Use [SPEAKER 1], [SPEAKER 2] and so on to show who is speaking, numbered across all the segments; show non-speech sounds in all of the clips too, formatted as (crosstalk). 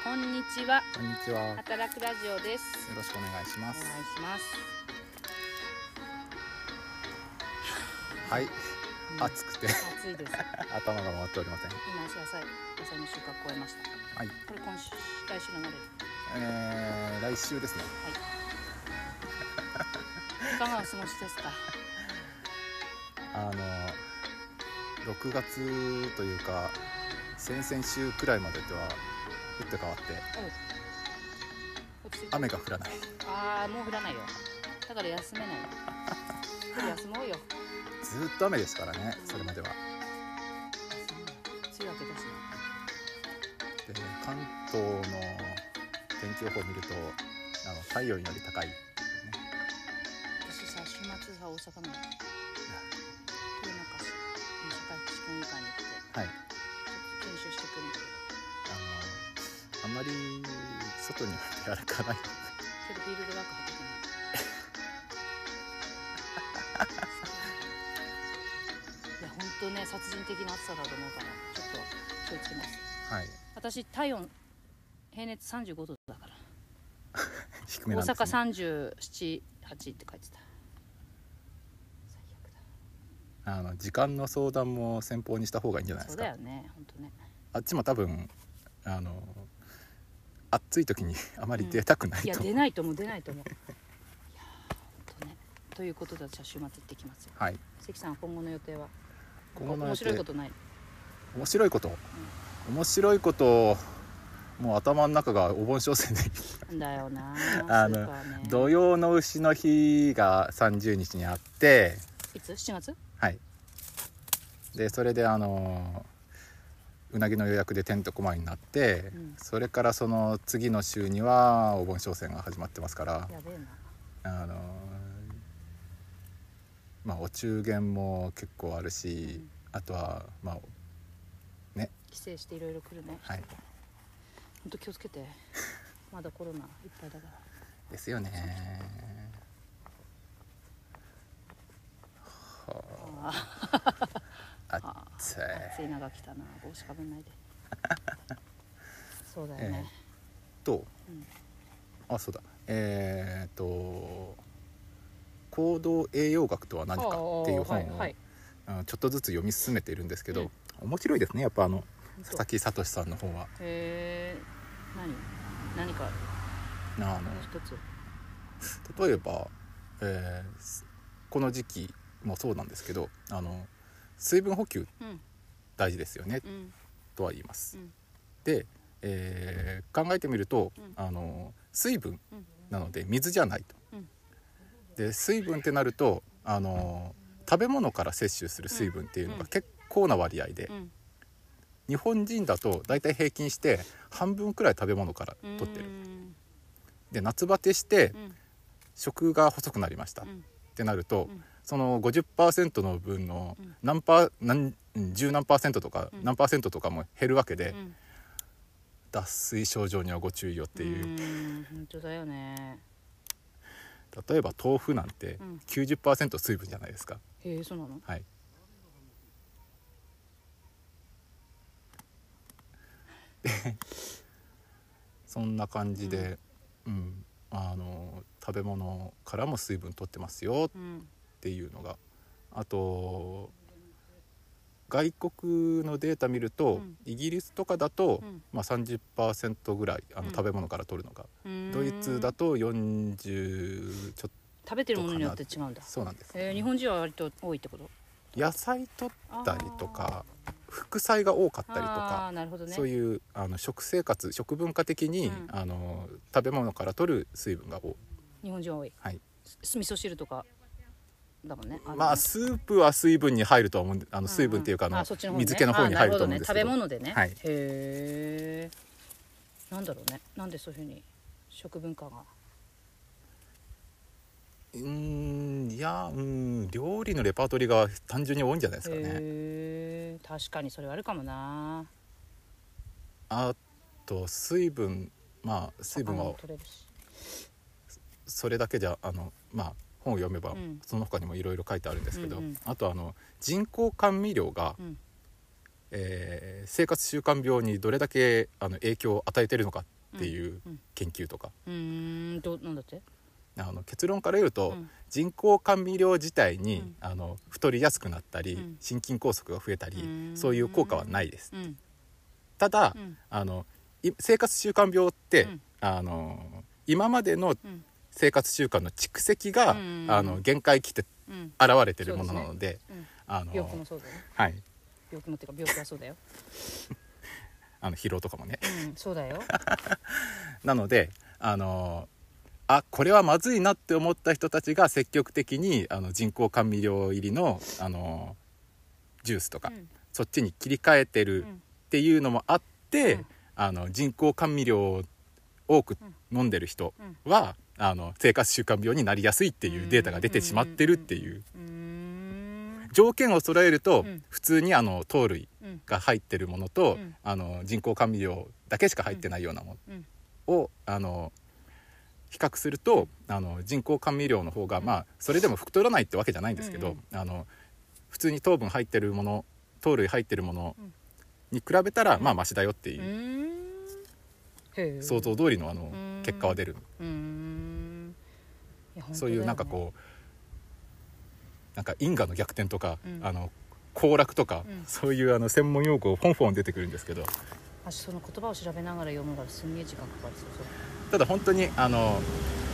[SPEAKER 1] ちは
[SPEAKER 2] こんにちは。よ
[SPEAKER 1] 働くラジオです
[SPEAKER 2] ろしくお願いしま
[SPEAKER 1] お願
[SPEAKER 2] す。
[SPEAKER 1] いします
[SPEAKER 2] はい、暑くて
[SPEAKER 1] 暑
[SPEAKER 2] (laughs)
[SPEAKER 1] いです
[SPEAKER 2] 頭が回っておりません。
[SPEAKER 1] 今野菜野菜の収穫終えました
[SPEAKER 2] はい、
[SPEAKER 1] これ今週来週流れる
[SPEAKER 2] えー、来週ですね。
[SPEAKER 1] いかがお過ごしですか
[SPEAKER 2] あの6月というか先々週くらいまでとは打って変わって
[SPEAKER 1] 落ち着いた
[SPEAKER 2] 雨が降らない。
[SPEAKER 1] ああもう降らないよだから休めないよゆっくり休もうよ
[SPEAKER 2] ずーっと雨ですからね。それまでは。
[SPEAKER 1] 休もうよ梅雨明けだしね
[SPEAKER 2] で関東の天気予報を見るとあの太陽より高い。ね
[SPEAKER 1] 私さ週末さ大阪の豊中市の社会福祉協議会に行って
[SPEAKER 2] はい。
[SPEAKER 1] ちょっと研修してくるんだけど
[SPEAKER 2] あのあんまり外には出歩かない。
[SPEAKER 1] けどフィールドワークはできないいや本当ね殺人的な暑さだと思うからちょっと気をつけます
[SPEAKER 2] はい。
[SPEAKER 1] 私体温平熱35度だから、
[SPEAKER 2] 低
[SPEAKER 1] 大
[SPEAKER 2] めなんです、ね。
[SPEAKER 1] 阪378って書いてた最悪だ
[SPEAKER 2] あの時間の相談も先方にした方がいいんじゃないで
[SPEAKER 1] そう
[SPEAKER 2] す
[SPEAKER 1] だ
[SPEAKER 2] か
[SPEAKER 1] よね本
[SPEAKER 2] (laughs)
[SPEAKER 1] 当ね
[SPEAKER 2] あっちも多分あの暑い時にあまり出たくない
[SPEAKER 1] いや
[SPEAKER 2] と、
[SPEAKER 1] 出ないと思う出ないと思ういやー本当ねということでじゃあ週末行ってきますよ
[SPEAKER 2] はい
[SPEAKER 1] 関さん今後の予定は
[SPEAKER 2] 今後の
[SPEAKER 1] 面
[SPEAKER 2] 予
[SPEAKER 1] 白い
[SPEAKER 2] 定
[SPEAKER 1] ことない
[SPEAKER 2] 面白いこと面白いこともう頭の中がお盆商戦で
[SPEAKER 1] んだよな
[SPEAKER 2] あの
[SPEAKER 1] スーパーね
[SPEAKER 2] 土曜の牛の日が30日にあって
[SPEAKER 1] いつ7月
[SPEAKER 2] はいでそれであのうなぎの予約でてんとこまになって、
[SPEAKER 1] うん
[SPEAKER 2] それからその次の週にはお盆商戦が始まってますから
[SPEAKER 1] やべえな
[SPEAKER 2] あのーまあお中元も結構あるし、
[SPEAKER 1] うん
[SPEAKER 2] あとはまあ
[SPEAKER 1] 帰省していろいろ来るね
[SPEAKER 2] はい
[SPEAKER 1] ほんと気をつけてまだコロナいっぱいだから
[SPEAKER 2] ですよね
[SPEAKER 1] ああ
[SPEAKER 2] 暑い
[SPEAKER 1] ー暑い長来たな帽子かぶんないでそうだよね、
[SPEAKER 2] と
[SPEAKER 1] うん
[SPEAKER 2] あそうだえーっと行動栄養学とは何かっていう本を、
[SPEAKER 1] はいはい
[SPEAKER 2] うんちょっとずつ読み進めているんですけど、
[SPEAKER 1] うん
[SPEAKER 2] 面白いですねやっぱあの
[SPEAKER 1] ほんと
[SPEAKER 2] 佐々木聡さんの方は
[SPEAKER 1] へえ何何か
[SPEAKER 2] あ
[SPEAKER 1] も
[SPEAKER 2] の
[SPEAKER 1] う一つ
[SPEAKER 2] 例えば、えーすこの時期もそうなんですけどあの水分補給
[SPEAKER 1] うん
[SPEAKER 2] 大事ですよね
[SPEAKER 1] うん
[SPEAKER 2] とは言います。
[SPEAKER 1] うん
[SPEAKER 2] で、えー考えてみると、
[SPEAKER 1] うん
[SPEAKER 2] あの水分
[SPEAKER 1] うん
[SPEAKER 2] なので水じゃないと。
[SPEAKER 1] うん
[SPEAKER 2] で水分ってなるとあの食べ物から摂取する水分っていうの
[SPEAKER 1] うん
[SPEAKER 2] が結構な割合で、
[SPEAKER 1] うん
[SPEAKER 2] 日本人だと大体平均して半分くらい食べ物から
[SPEAKER 1] うん
[SPEAKER 2] 取ってる
[SPEAKER 1] う。ん
[SPEAKER 2] で夏バテして
[SPEAKER 1] うん
[SPEAKER 2] 食が細くなりました、
[SPEAKER 1] うん
[SPEAKER 2] ってなると、
[SPEAKER 1] うん
[SPEAKER 2] その50%の分の
[SPEAKER 1] うん
[SPEAKER 2] 何パー何うん十何パーセントとか
[SPEAKER 1] うん
[SPEAKER 2] 何パーセントとかも減るわけで、
[SPEAKER 1] うん
[SPEAKER 2] 脱水症状にはご注意をっていう、
[SPEAKER 1] うん本当だよね
[SPEAKER 2] 例えば豆腐なんて
[SPEAKER 1] うん
[SPEAKER 2] 90%水分じゃないですか、
[SPEAKER 1] へえそうなの
[SPEAKER 2] はいでそんな感じで、うんあの食べ物からも水分取ってますよ
[SPEAKER 1] うん
[SPEAKER 2] っていうのがあと外国のデータ見ると、
[SPEAKER 1] うん
[SPEAKER 2] イギリスとかだと、
[SPEAKER 1] うん
[SPEAKER 2] まあ、30%ぐらいあの
[SPEAKER 1] うん
[SPEAKER 2] 食べ物から取るのが、
[SPEAKER 1] うん
[SPEAKER 2] ドイツだと40ちょっ
[SPEAKER 1] 食べてるものによって違うんだ
[SPEAKER 2] とそうなんです、
[SPEAKER 1] えー、日本人は割と多いってこと
[SPEAKER 2] 野菜取ったりとか副菜が多かったりと
[SPEAKER 1] あ
[SPEAKER 2] か、
[SPEAKER 1] ーなるほどね
[SPEAKER 2] そういうあの食生活食文化的に、
[SPEAKER 1] うん
[SPEAKER 2] あの食べ物から取る水分が多い、
[SPEAKER 1] 日本人は多い
[SPEAKER 2] はい、
[SPEAKER 1] す味噌汁とかだもんね
[SPEAKER 2] まあスープは水分に入るとは思うんであの水分っていうかあの、水気の方に入ると思うんですけど
[SPEAKER 1] あなるほどね食べ物でね、
[SPEAKER 2] はい
[SPEAKER 1] へえなんだろうねなんでそういうふうに食文化が
[SPEAKER 2] うーんいやうん料理のレパートリーが単純に多いんじゃないですかね
[SPEAKER 1] へえ確かにそれはあるかもな
[SPEAKER 2] あと水分まあ水分
[SPEAKER 1] 魚
[SPEAKER 2] は
[SPEAKER 1] も取れるし
[SPEAKER 2] それだけじゃあのまあ本を読めば
[SPEAKER 1] うん
[SPEAKER 2] その他にもいろいろ書いてあるんですけど、
[SPEAKER 1] うんうん
[SPEAKER 2] あとあの人工甘味料が、
[SPEAKER 1] うん
[SPEAKER 2] えー生活習慣病にどれだけあの影響を与えてるのかっっていう
[SPEAKER 1] うん
[SPEAKER 2] 研究とか、
[SPEAKER 1] うーんどなんだって
[SPEAKER 2] あの結論から言うと、
[SPEAKER 1] うん
[SPEAKER 2] 人工甘味料自体に、
[SPEAKER 1] うん
[SPEAKER 2] あの太りやすくなったり、
[SPEAKER 1] うん
[SPEAKER 2] 心筋梗塞が増えたり、
[SPEAKER 1] うん
[SPEAKER 2] そういう効果はないです
[SPEAKER 1] うん
[SPEAKER 2] ただ、
[SPEAKER 1] うん
[SPEAKER 2] あのい生活習慣病って、
[SPEAKER 1] うん
[SPEAKER 2] あの今までの
[SPEAKER 1] うん
[SPEAKER 2] 生活習慣の蓄積が、
[SPEAKER 1] うん
[SPEAKER 2] あの限界来て
[SPEAKER 1] うん
[SPEAKER 2] 現れてるものなので
[SPEAKER 1] うん
[SPEAKER 2] あの
[SPEAKER 1] 病気もそうだよね
[SPEAKER 2] はい、
[SPEAKER 1] 病気もっていうか病気はそうだよ
[SPEAKER 2] あの疲労とかもね (laughs)
[SPEAKER 1] うんそうだよ
[SPEAKER 2] なのであのあこれはまずいなって思った人たちが積極的にあの人工甘味料入りのあのジュースとか、
[SPEAKER 1] うん
[SPEAKER 2] そっちに切り替えて
[SPEAKER 1] う
[SPEAKER 2] るっ (laughs)
[SPEAKER 1] ん
[SPEAKER 2] ていうのもあって、
[SPEAKER 1] うん
[SPEAKER 2] あの人工甘味料を多く飲んでる人は、あの生活習慣病になりやすいっていうデータが出てしまってるっていう
[SPEAKER 1] うーん
[SPEAKER 2] 条件を揃えると、
[SPEAKER 1] うん
[SPEAKER 2] 普通にあの糖類
[SPEAKER 1] うん
[SPEAKER 2] が入ってるものと、
[SPEAKER 1] うん
[SPEAKER 2] あの人工甘味料だけしか入ってないようなも
[SPEAKER 1] う
[SPEAKER 2] の
[SPEAKER 1] ん
[SPEAKER 2] をあの比較するとあの人工甘味料の方が、まあ、それでも太らないってわけじゃないんですけど、
[SPEAKER 1] うん
[SPEAKER 2] あの普通に糖分入ってるもの糖類入ってるもの
[SPEAKER 1] うん
[SPEAKER 2] に比べたら、まあマシだよって
[SPEAKER 1] う
[SPEAKER 2] いう、
[SPEAKER 1] ーんへえ
[SPEAKER 2] 想像通りのあの
[SPEAKER 1] うん
[SPEAKER 2] 結果は出る、
[SPEAKER 1] うーんや本当
[SPEAKER 2] そういうなんか
[SPEAKER 1] だよね
[SPEAKER 2] こうなんか因果の逆転とか、
[SPEAKER 1] うん
[SPEAKER 2] あの行楽とか、
[SPEAKER 1] うん
[SPEAKER 2] そういうあの専門用語フォンフォン出てくるんですけど
[SPEAKER 1] 私その言葉を調べながら読むからすんげえ時間かかりそうそう
[SPEAKER 2] ただ本当にあの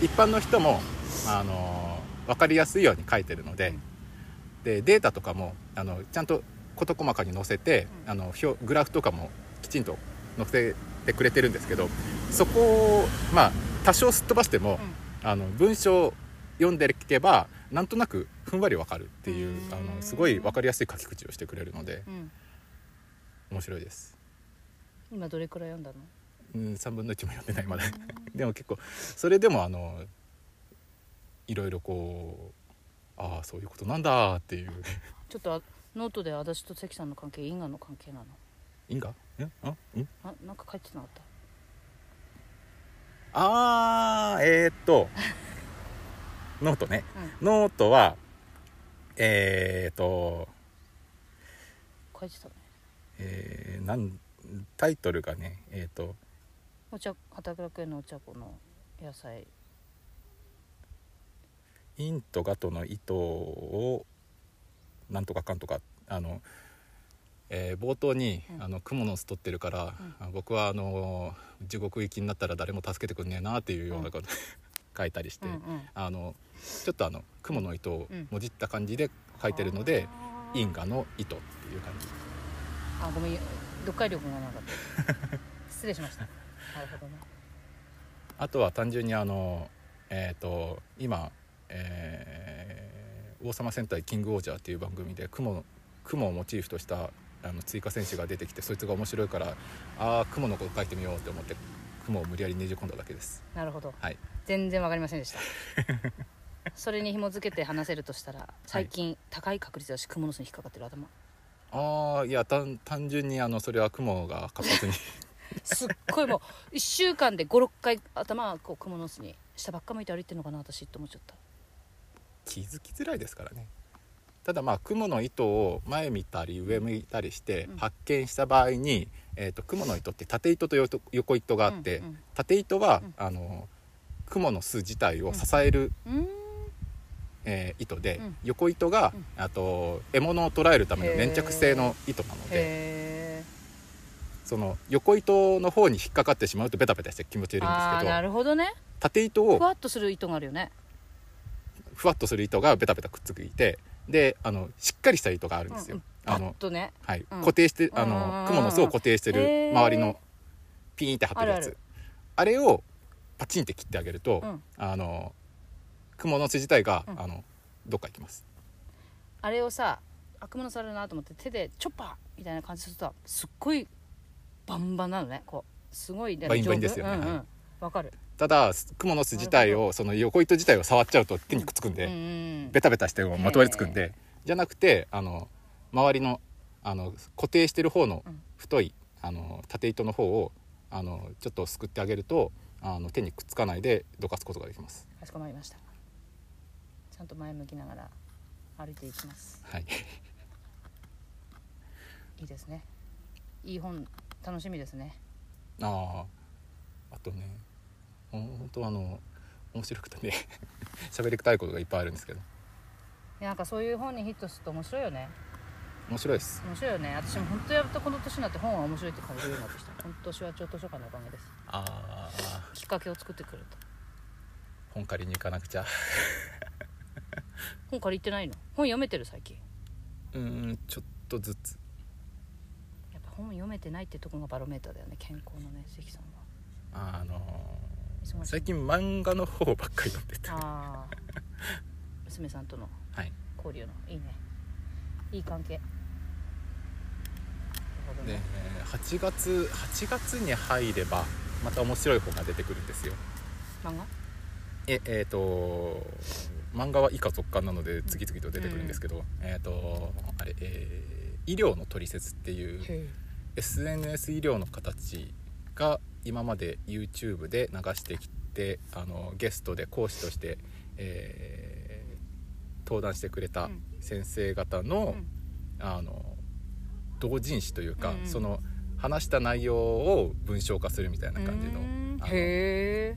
[SPEAKER 2] 一般の人もあの分かりやすいように書いてるので,、
[SPEAKER 1] うん
[SPEAKER 2] でデータとかもあのちゃんと事細かに載せて、
[SPEAKER 1] うん
[SPEAKER 2] あの表グラフとかもきちんと載せてくれてるんですけどそこをまあ多少すっ飛ばしても、あの文章を読んでいけばなんとなくふんわり分かるっていう
[SPEAKER 1] うん
[SPEAKER 2] あのすごい分かりやすい書き口をしてくれるので
[SPEAKER 1] うん、うん、
[SPEAKER 2] 面白いです。
[SPEAKER 1] 今どれくらい読んだの
[SPEAKER 2] うん、3分の1も読んでないまだ (laughs) でも結構それでもあのいろいろこうああそういうことなんだっていう (laughs)
[SPEAKER 1] ちょっとあノートで私と関さんの関係因果の関係なの
[SPEAKER 2] 因果えあん
[SPEAKER 1] あなんか書いてなかった
[SPEAKER 2] あーえー、っとノートね
[SPEAKER 1] うん
[SPEAKER 2] ノートはえー、っと、
[SPEAKER 1] 書いてたね
[SPEAKER 2] えーなんタイトルがねえー、っと
[SPEAKER 1] お茶畑楽園のお茶子の野菜
[SPEAKER 2] 「インとガとの糸をなんとかかんとか」あの、えー冒頭に
[SPEAKER 1] う
[SPEAKER 2] 「
[SPEAKER 1] ん
[SPEAKER 2] あの蜘蛛の巣取ってるから
[SPEAKER 1] うん、
[SPEAKER 2] あ僕はあの地獄行きになったら誰も助けてくんねえな」っていうようなこと (laughs) 書いたりして、
[SPEAKER 1] うんうん
[SPEAKER 2] あのちょっとあの蜘蛛の糸を
[SPEAKER 1] うん
[SPEAKER 2] もじった感じで書いてるので
[SPEAKER 1] あ
[SPEAKER 2] 「
[SPEAKER 1] ー
[SPEAKER 2] 因果の糸」っていう感じ
[SPEAKER 1] あごめん読解力がなかった失礼しましたなるほどね
[SPEAKER 2] あとは単純にあのえっ、と今、えー王様戦隊キングオージャー」っていう番組で雲の雲をモチーフとしたあの追加選手が出てきてそいつが面白いからああ雲のこと書いてみようって思って雲を無理やりねじ込んだだけです
[SPEAKER 1] なるほど
[SPEAKER 2] はい
[SPEAKER 1] 全然わかりませんでした
[SPEAKER 2] (laughs)
[SPEAKER 1] それに紐付けて話せるとしたら最近、高い確率だし蜘蛛の巣に引っかかってる頭
[SPEAKER 2] ああいや単単純にあのそれは雲が活発に (laughs)
[SPEAKER 1] すっごいもう1週 (laughs) 間で56回頭こう蜘蛛の巣に下ばっか向いて歩いてるのかな私って思っちゃった
[SPEAKER 2] 気づきづらいですからねただまあ雲の糸を前見たり上向いたりして
[SPEAKER 1] うん
[SPEAKER 2] 発見した場合に、えー、と雲の糸って縦糸と横横糸があって、
[SPEAKER 1] うん
[SPEAKER 2] 縦糸は、
[SPEAKER 1] うん
[SPEAKER 2] あの雲の巣自体を支える、
[SPEAKER 1] うん、う
[SPEAKER 2] えー糸で、
[SPEAKER 1] うん
[SPEAKER 2] 横糸が、
[SPEAKER 1] うん
[SPEAKER 2] あと獲物を捕らえるための粘着性の糸なの
[SPEAKER 1] ーん
[SPEAKER 2] で
[SPEAKER 1] へえ
[SPEAKER 2] その横糸の方に引っかかってしまうとベタベタして気持ち悪いんです
[SPEAKER 1] ああ
[SPEAKER 2] け
[SPEAKER 1] ーな
[SPEAKER 2] ど
[SPEAKER 1] るほどね
[SPEAKER 2] 縦糸
[SPEAKER 1] ふわ
[SPEAKER 2] を
[SPEAKER 1] っとする糸があるよね
[SPEAKER 2] ふわっとする糸がベタベタくっついてであのしっかりした糸があるんですよ。
[SPEAKER 1] パ
[SPEAKER 2] あ
[SPEAKER 1] ッ
[SPEAKER 2] の
[SPEAKER 1] とね
[SPEAKER 2] はい、
[SPEAKER 1] うん
[SPEAKER 2] 固定してあ
[SPEAKER 1] うんうんうんう
[SPEAKER 2] の
[SPEAKER 1] ん
[SPEAKER 2] 雲の巣を固定して
[SPEAKER 1] へ
[SPEAKER 2] る
[SPEAKER 1] ー
[SPEAKER 2] 周りのピーンって張ってるやつ
[SPEAKER 1] あ
[SPEAKER 2] あ
[SPEAKER 1] るある
[SPEAKER 2] れをパチンって切ってあげると、
[SPEAKER 1] うん
[SPEAKER 2] あの雲の巣自体が、
[SPEAKER 1] うん
[SPEAKER 2] あのどっか行きます
[SPEAKER 1] あれをさ悪魔のされるなと思って手でチョッパーみたいな感じするとさすっごいバンバンなのねこうすごいね
[SPEAKER 2] バインバインですよね
[SPEAKER 1] 丈夫うんうん
[SPEAKER 2] は
[SPEAKER 1] わかる
[SPEAKER 2] ただ雲の巣自体をその横糸自体を触っちゃうと手にくっつくんで、
[SPEAKER 1] うんうん
[SPEAKER 2] ベタベタしてもまとわりつくんでじゃなくてあの周りのあの固定してる方の
[SPEAKER 1] うん
[SPEAKER 2] 太い、あの縦糸の方をあのちょっとすくってあげるとあの手にくっつかないでどかすことができます。
[SPEAKER 1] かしこまりましたちゃんと前向きながら歩いていきます
[SPEAKER 2] はい、
[SPEAKER 1] いいですねいい本楽しみですね
[SPEAKER 2] あーあとねほんほんとあの面白くてね (laughs) 喋りたいことがいっぱいあるんですけど
[SPEAKER 1] やなんかそういう本にヒットすると面白いよね
[SPEAKER 2] 面白いです
[SPEAKER 1] 面白いよね私も本当やっとこの年になって本は面白いって感じるようになってきた本当手話帳図書館のおかげです
[SPEAKER 2] ああ
[SPEAKER 1] きっかけを作ってくれた
[SPEAKER 2] 本借りに行かなくちゃ
[SPEAKER 1] 本借りてないの本読めてる最近
[SPEAKER 2] うーんちょっとずつ
[SPEAKER 1] やっぱ本読めてないってとこがバロメーターだよね健康のね関さんは
[SPEAKER 2] あの
[SPEAKER 1] 忙しい
[SPEAKER 2] 最近漫画の方ばっかり読んでて
[SPEAKER 1] ああ娘さんとの
[SPEAKER 2] はい
[SPEAKER 1] 交流のいいねいい関係なるほど
[SPEAKER 2] で
[SPEAKER 1] ね
[SPEAKER 2] 8月8月に入ればまた面白い本が出てくるんですよ
[SPEAKER 1] 漫画
[SPEAKER 2] ええー、と漫画は以下続刊なので次々と出てくるんですけど、えっ、とあれ、えー医療のトリセツ」っていう SNS 医療の形が今まで YouTube で流してきてあのゲストで講師として、えー登壇してくれた
[SPEAKER 1] うん
[SPEAKER 2] 先生方の,、
[SPEAKER 1] うん
[SPEAKER 2] あの同人誌というか、
[SPEAKER 1] うん
[SPEAKER 2] その話した内容を文章化するみたいな感じの
[SPEAKER 1] うん
[SPEAKER 2] あの
[SPEAKER 1] へえ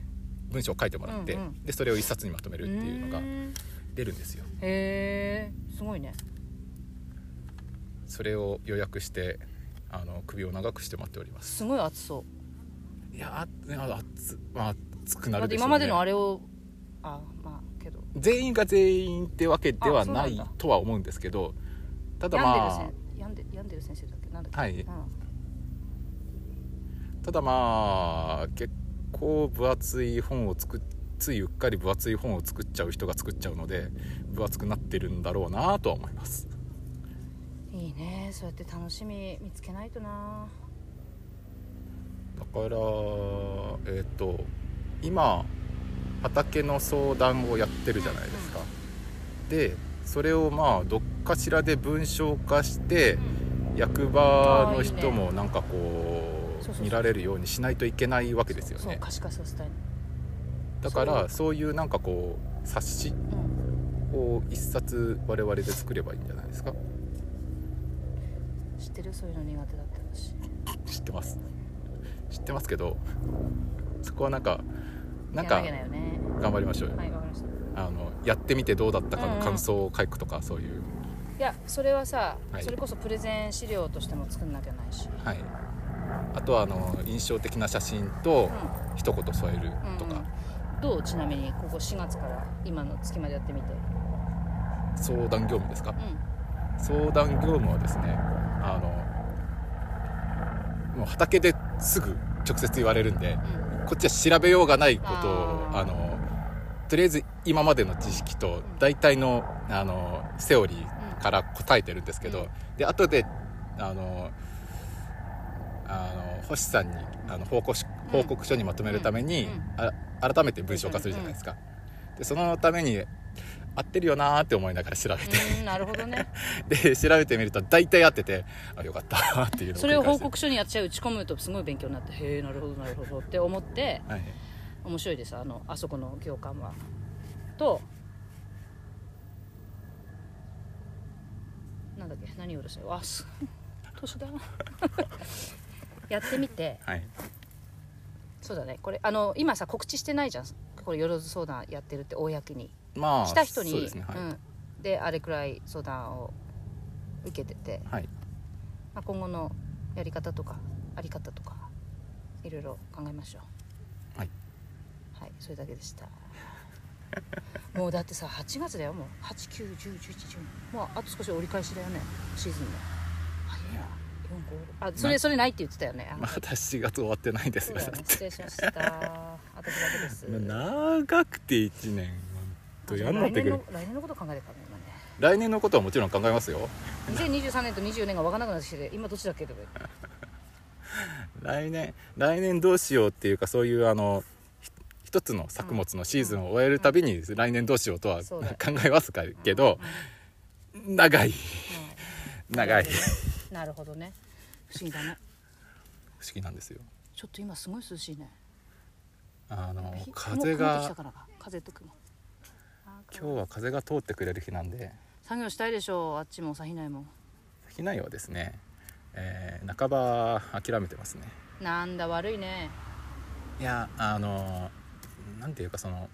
[SPEAKER 2] 文章を書いてもらって、
[SPEAKER 1] うんうん
[SPEAKER 2] でそれを一冊にまとめるっていうのが
[SPEAKER 1] ん
[SPEAKER 2] 出るんですよ。
[SPEAKER 1] へえすごいね
[SPEAKER 2] それを予約してあの首を長くして待っております
[SPEAKER 1] すごい熱そう
[SPEAKER 2] いやああ熱,、まあ、熱くな
[SPEAKER 1] だっ
[SPEAKER 2] る
[SPEAKER 1] て
[SPEAKER 2] でし
[SPEAKER 1] 今
[SPEAKER 2] ょうね
[SPEAKER 1] までのあれをあまあけど
[SPEAKER 2] 全員が全員ってわけではな
[SPEAKER 1] あそう
[SPEAKER 2] い
[SPEAKER 1] なんだ
[SPEAKER 2] とは思うんですけどただ
[SPEAKER 1] 病んでる
[SPEAKER 2] まあ
[SPEAKER 1] 先病んで病んでる先生だっけなんだっけ
[SPEAKER 2] はい
[SPEAKER 1] うん
[SPEAKER 2] ただまあ結構分厚い本を作っついうっかり分厚い本を作っちゃう人が作っちゃうので分厚くなってるんだろうなとは思います
[SPEAKER 1] いいねそうやって楽しみ見つけないとな
[SPEAKER 2] だからえっ、と今畑の相談をやってるじゃないですか、でそれをまあどっかしらで文章化して、役場の人もなんかこ
[SPEAKER 1] そうそうそう
[SPEAKER 2] う見られるようにしないといけないわけですよ
[SPEAKER 1] そう
[SPEAKER 2] ね
[SPEAKER 1] 可視化させたいの
[SPEAKER 2] だか
[SPEAKER 1] そう
[SPEAKER 2] らそういうなんかこう冊子
[SPEAKER 1] うん
[SPEAKER 2] を一冊我々で作ればいいんじゃないですか
[SPEAKER 1] 知ってるそういうの苦手だったし
[SPEAKER 2] 知ってます知ってますけどそこはなんかなんか
[SPEAKER 1] やらなきゃだよね
[SPEAKER 2] 頑張りましょうよ
[SPEAKER 1] はいわかりました
[SPEAKER 2] あのやってみてどうだったか
[SPEAKER 1] うんう
[SPEAKER 2] の
[SPEAKER 1] ん
[SPEAKER 2] 感想を書くとかそういう
[SPEAKER 1] いやそれはさ、
[SPEAKER 2] はい
[SPEAKER 1] それこそプレゼン資料としても作んなきゃないし、
[SPEAKER 2] はいあとはあの印象的な写真と
[SPEAKER 1] う
[SPEAKER 2] 一言添える
[SPEAKER 1] んうん
[SPEAKER 2] とか
[SPEAKER 1] どうちなみにここ4月から今の月までやってみて
[SPEAKER 2] 相談業務ですか
[SPEAKER 1] う
[SPEAKER 2] 相談業務はですねあのもう畑ですぐ直接言われるんで
[SPEAKER 1] んうん
[SPEAKER 2] こっちは調べようがないことを
[SPEAKER 1] あー
[SPEAKER 2] あのとりあえず今までの知識と大体のあのセオリーから答えてるんですけど、
[SPEAKER 1] うん
[SPEAKER 2] で後であのあの星さんにあの報告し
[SPEAKER 1] ん
[SPEAKER 2] 報告書にまとめるために、
[SPEAKER 1] うん
[SPEAKER 2] あ改めて文章化するじゃないですか。でそのために合ってるよなーって思いながら調べて、 (laughs)
[SPEAKER 1] うんなるほどね
[SPEAKER 2] で調べてみると大体合っててあよかったーっていうのを
[SPEAKER 1] それを
[SPEAKER 2] 繰り返
[SPEAKER 1] 報
[SPEAKER 2] して
[SPEAKER 1] 告書にやっちゃう打ち込むとすごい勉強になってへえなるほどなるほどって思って
[SPEAKER 2] はい
[SPEAKER 1] 面白いですあのあそこの行間はとなんだっけ何をおろしたあす (laughs) 年だ (laughs) やってみて
[SPEAKER 2] はい
[SPEAKER 1] そうだねこれあの今さ告知してないじゃんこれよろず相談やってるって公に
[SPEAKER 2] まあ
[SPEAKER 1] した人に
[SPEAKER 2] そうですねはい、
[SPEAKER 1] うん、であれくらい相談を受けてて、
[SPEAKER 2] はい
[SPEAKER 1] まあ、今後のやり方とかあり方とかいろいろ考えましょう
[SPEAKER 2] はい、
[SPEAKER 1] はい、それだけでした (laughs) もうだってさ8月だよもう8910111もうあと少し折り返しだよねシーズンの
[SPEAKER 2] いや
[SPEAKER 1] あそれそれないって言ってたよねあ
[SPEAKER 2] まだ4月終わってないです
[SPEAKER 1] そう
[SPEAKER 2] よ
[SPEAKER 1] だ
[SPEAKER 2] だ
[SPEAKER 1] よね
[SPEAKER 2] って
[SPEAKER 1] 失礼しました私だけです
[SPEAKER 2] 長くて1年ほんとやんな
[SPEAKER 1] 来
[SPEAKER 2] って
[SPEAKER 1] 年
[SPEAKER 2] く
[SPEAKER 1] の
[SPEAKER 2] る
[SPEAKER 1] 来年のこと考えてるからね今ね
[SPEAKER 2] 来年のことはもちろん考えますよ
[SPEAKER 1] 2023年と24年が分からなくなってきて今どっちだっけとか言って
[SPEAKER 2] 来年来年どうしようっていうかそういうあのひ一つの作物のシーズンを終えるたびに来年どうしようとは
[SPEAKER 1] そう
[SPEAKER 2] 考
[SPEAKER 1] だよ
[SPEAKER 2] えますかけど長い
[SPEAKER 1] うん
[SPEAKER 2] 長い不
[SPEAKER 1] なるほどね不思議だね
[SPEAKER 2] 思議なんですよ
[SPEAKER 1] ちょっと今すごい涼しいね
[SPEAKER 2] あの
[SPEAKER 1] ひ
[SPEAKER 2] 風
[SPEAKER 1] 雲雲ときた
[SPEAKER 2] が
[SPEAKER 1] からか風と雲あー
[SPEAKER 2] 今日は風が通ってくれる日なんで
[SPEAKER 1] 作業したいでしょうあっちも朝比奈も
[SPEAKER 2] 避難はですね、えー半ば諦めてますね
[SPEAKER 1] なんだ悪いね
[SPEAKER 2] いやあのなんていうかその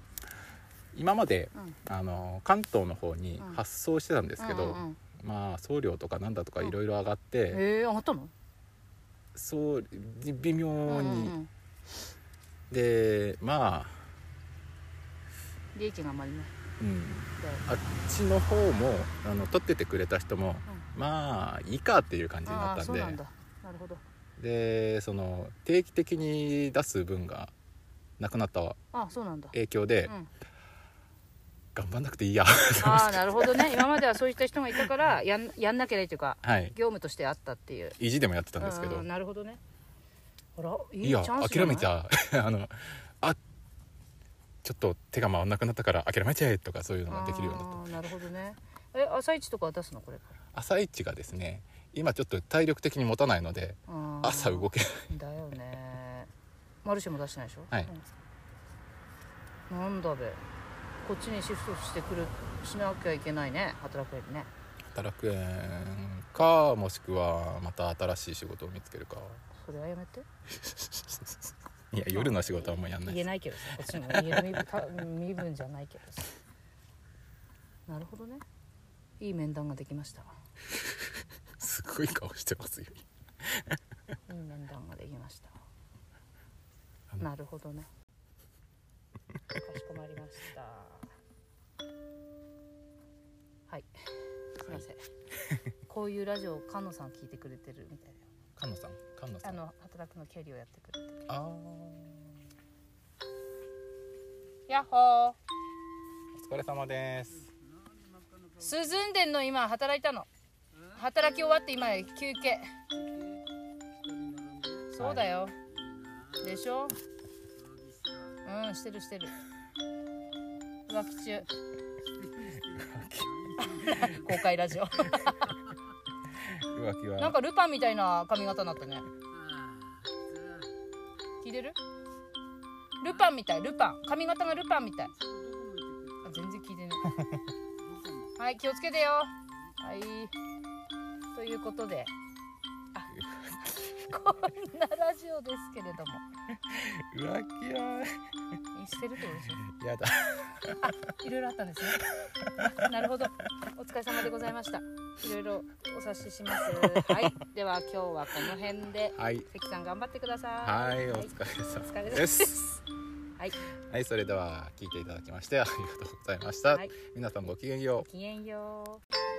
[SPEAKER 2] 今まで
[SPEAKER 1] うん
[SPEAKER 2] あの関東の方に
[SPEAKER 1] うん
[SPEAKER 2] 発送してたんですけど、
[SPEAKER 1] うんうんうん
[SPEAKER 2] まあ送料とかなんだとか
[SPEAKER 1] うん
[SPEAKER 2] いろいろ上がって、
[SPEAKER 1] えー、上がったの
[SPEAKER 2] そう微妙に、
[SPEAKER 1] うんうんうん
[SPEAKER 2] でまあ、
[SPEAKER 1] 利益があんまりない
[SPEAKER 2] うん、
[SPEAKER 1] で
[SPEAKER 2] あっちの方もあの取っててくれた人も、まあいいかっていう感じにな
[SPEAKER 1] ああ
[SPEAKER 2] った
[SPEAKER 1] そ
[SPEAKER 2] ん
[SPEAKER 1] う
[SPEAKER 2] で
[SPEAKER 1] なんだなるほど
[SPEAKER 2] でその定期的に出す分がなくなった
[SPEAKER 1] あそうなんだ
[SPEAKER 2] 影響で、
[SPEAKER 1] う
[SPEAKER 2] (laughs)
[SPEAKER 1] ん、
[SPEAKER 2] 頑張んなくていいや
[SPEAKER 1] ああなるほどね今まではそういった人がいたからやんやんなきゃいというか
[SPEAKER 2] はい
[SPEAKER 1] 業務としてあったっていう
[SPEAKER 2] 意地でもやってたんですけど、
[SPEAKER 1] うんなるほどねあらいい
[SPEAKER 2] いや
[SPEAKER 1] チャンスじ
[SPEAKER 2] 諦
[SPEAKER 1] ゃな
[SPEAKER 2] め
[SPEAKER 1] い
[SPEAKER 2] ちゃ (laughs) あのあちょっと手が回んなくなったから諦めちゃえとかそういうのができるようになった
[SPEAKER 1] あーなるほどねえ朝一とかは出すのこれから
[SPEAKER 2] 朝一がですね今ちょっと体力的に持たないので
[SPEAKER 1] あー
[SPEAKER 2] 朝動けない
[SPEAKER 1] だよねマルシェも出してないでしょ
[SPEAKER 2] はい
[SPEAKER 1] うんなんだべこっちにシフトしてくるしなきゃいけないね働くよりね
[SPEAKER 2] 働く園かもしくはまた新しい仕事を見つけるか
[SPEAKER 1] それはやめて
[SPEAKER 2] いや夜の仕事はもうやんない
[SPEAKER 1] 言え
[SPEAKER 2] です
[SPEAKER 1] ないけどさこっちも言える身分か (laughs) 身分じゃないけどさなるほどねいい面談ができましたわ
[SPEAKER 2] すごい顔してますよ
[SPEAKER 1] いい面談ができましたわ
[SPEAKER 2] あの
[SPEAKER 1] なるほどねかしこまりましたはいすいません、こういうラジオを菅野さん聞いてくれてるみたいだよ
[SPEAKER 2] 菅野さん菅野さ
[SPEAKER 1] あ
[SPEAKER 2] ん
[SPEAKER 1] の働くのキャリアをやってくれてる
[SPEAKER 2] あー
[SPEAKER 1] やっほー
[SPEAKER 2] お疲れ様です
[SPEAKER 1] 涼んでんの今働いたの働き終わって今休憩そうだよでしょうんしてるしてる浮気中公開ラジオ
[SPEAKER 2] 浮気
[SPEAKER 1] なん
[SPEAKER 2] は
[SPEAKER 1] かルパンみたいな髪型になったね聞いてるルパンみたいルパン髪型がルパンみたいあ全然聞いてないはい気をつけてよはいということであこんなラジオですけれども
[SPEAKER 2] (laughs) 浮気は
[SPEAKER 1] してるってことでし
[SPEAKER 2] やだ
[SPEAKER 1] ょいろいろあったんですね (laughs) あなるほどお疲れ様でございましたいろいろお察しし (laughs) ますはいでは今日はこの辺で
[SPEAKER 2] はい
[SPEAKER 1] 関さん頑張ってください
[SPEAKER 2] はいお疲
[SPEAKER 1] お疲
[SPEAKER 2] れ様
[SPEAKER 1] れ様
[SPEAKER 2] で
[SPEAKER 1] ですはい
[SPEAKER 2] はいそれでは聞いていただきましてありがとうございました、
[SPEAKER 1] はい
[SPEAKER 2] 皆さんごきげんよう
[SPEAKER 1] ごきげんよう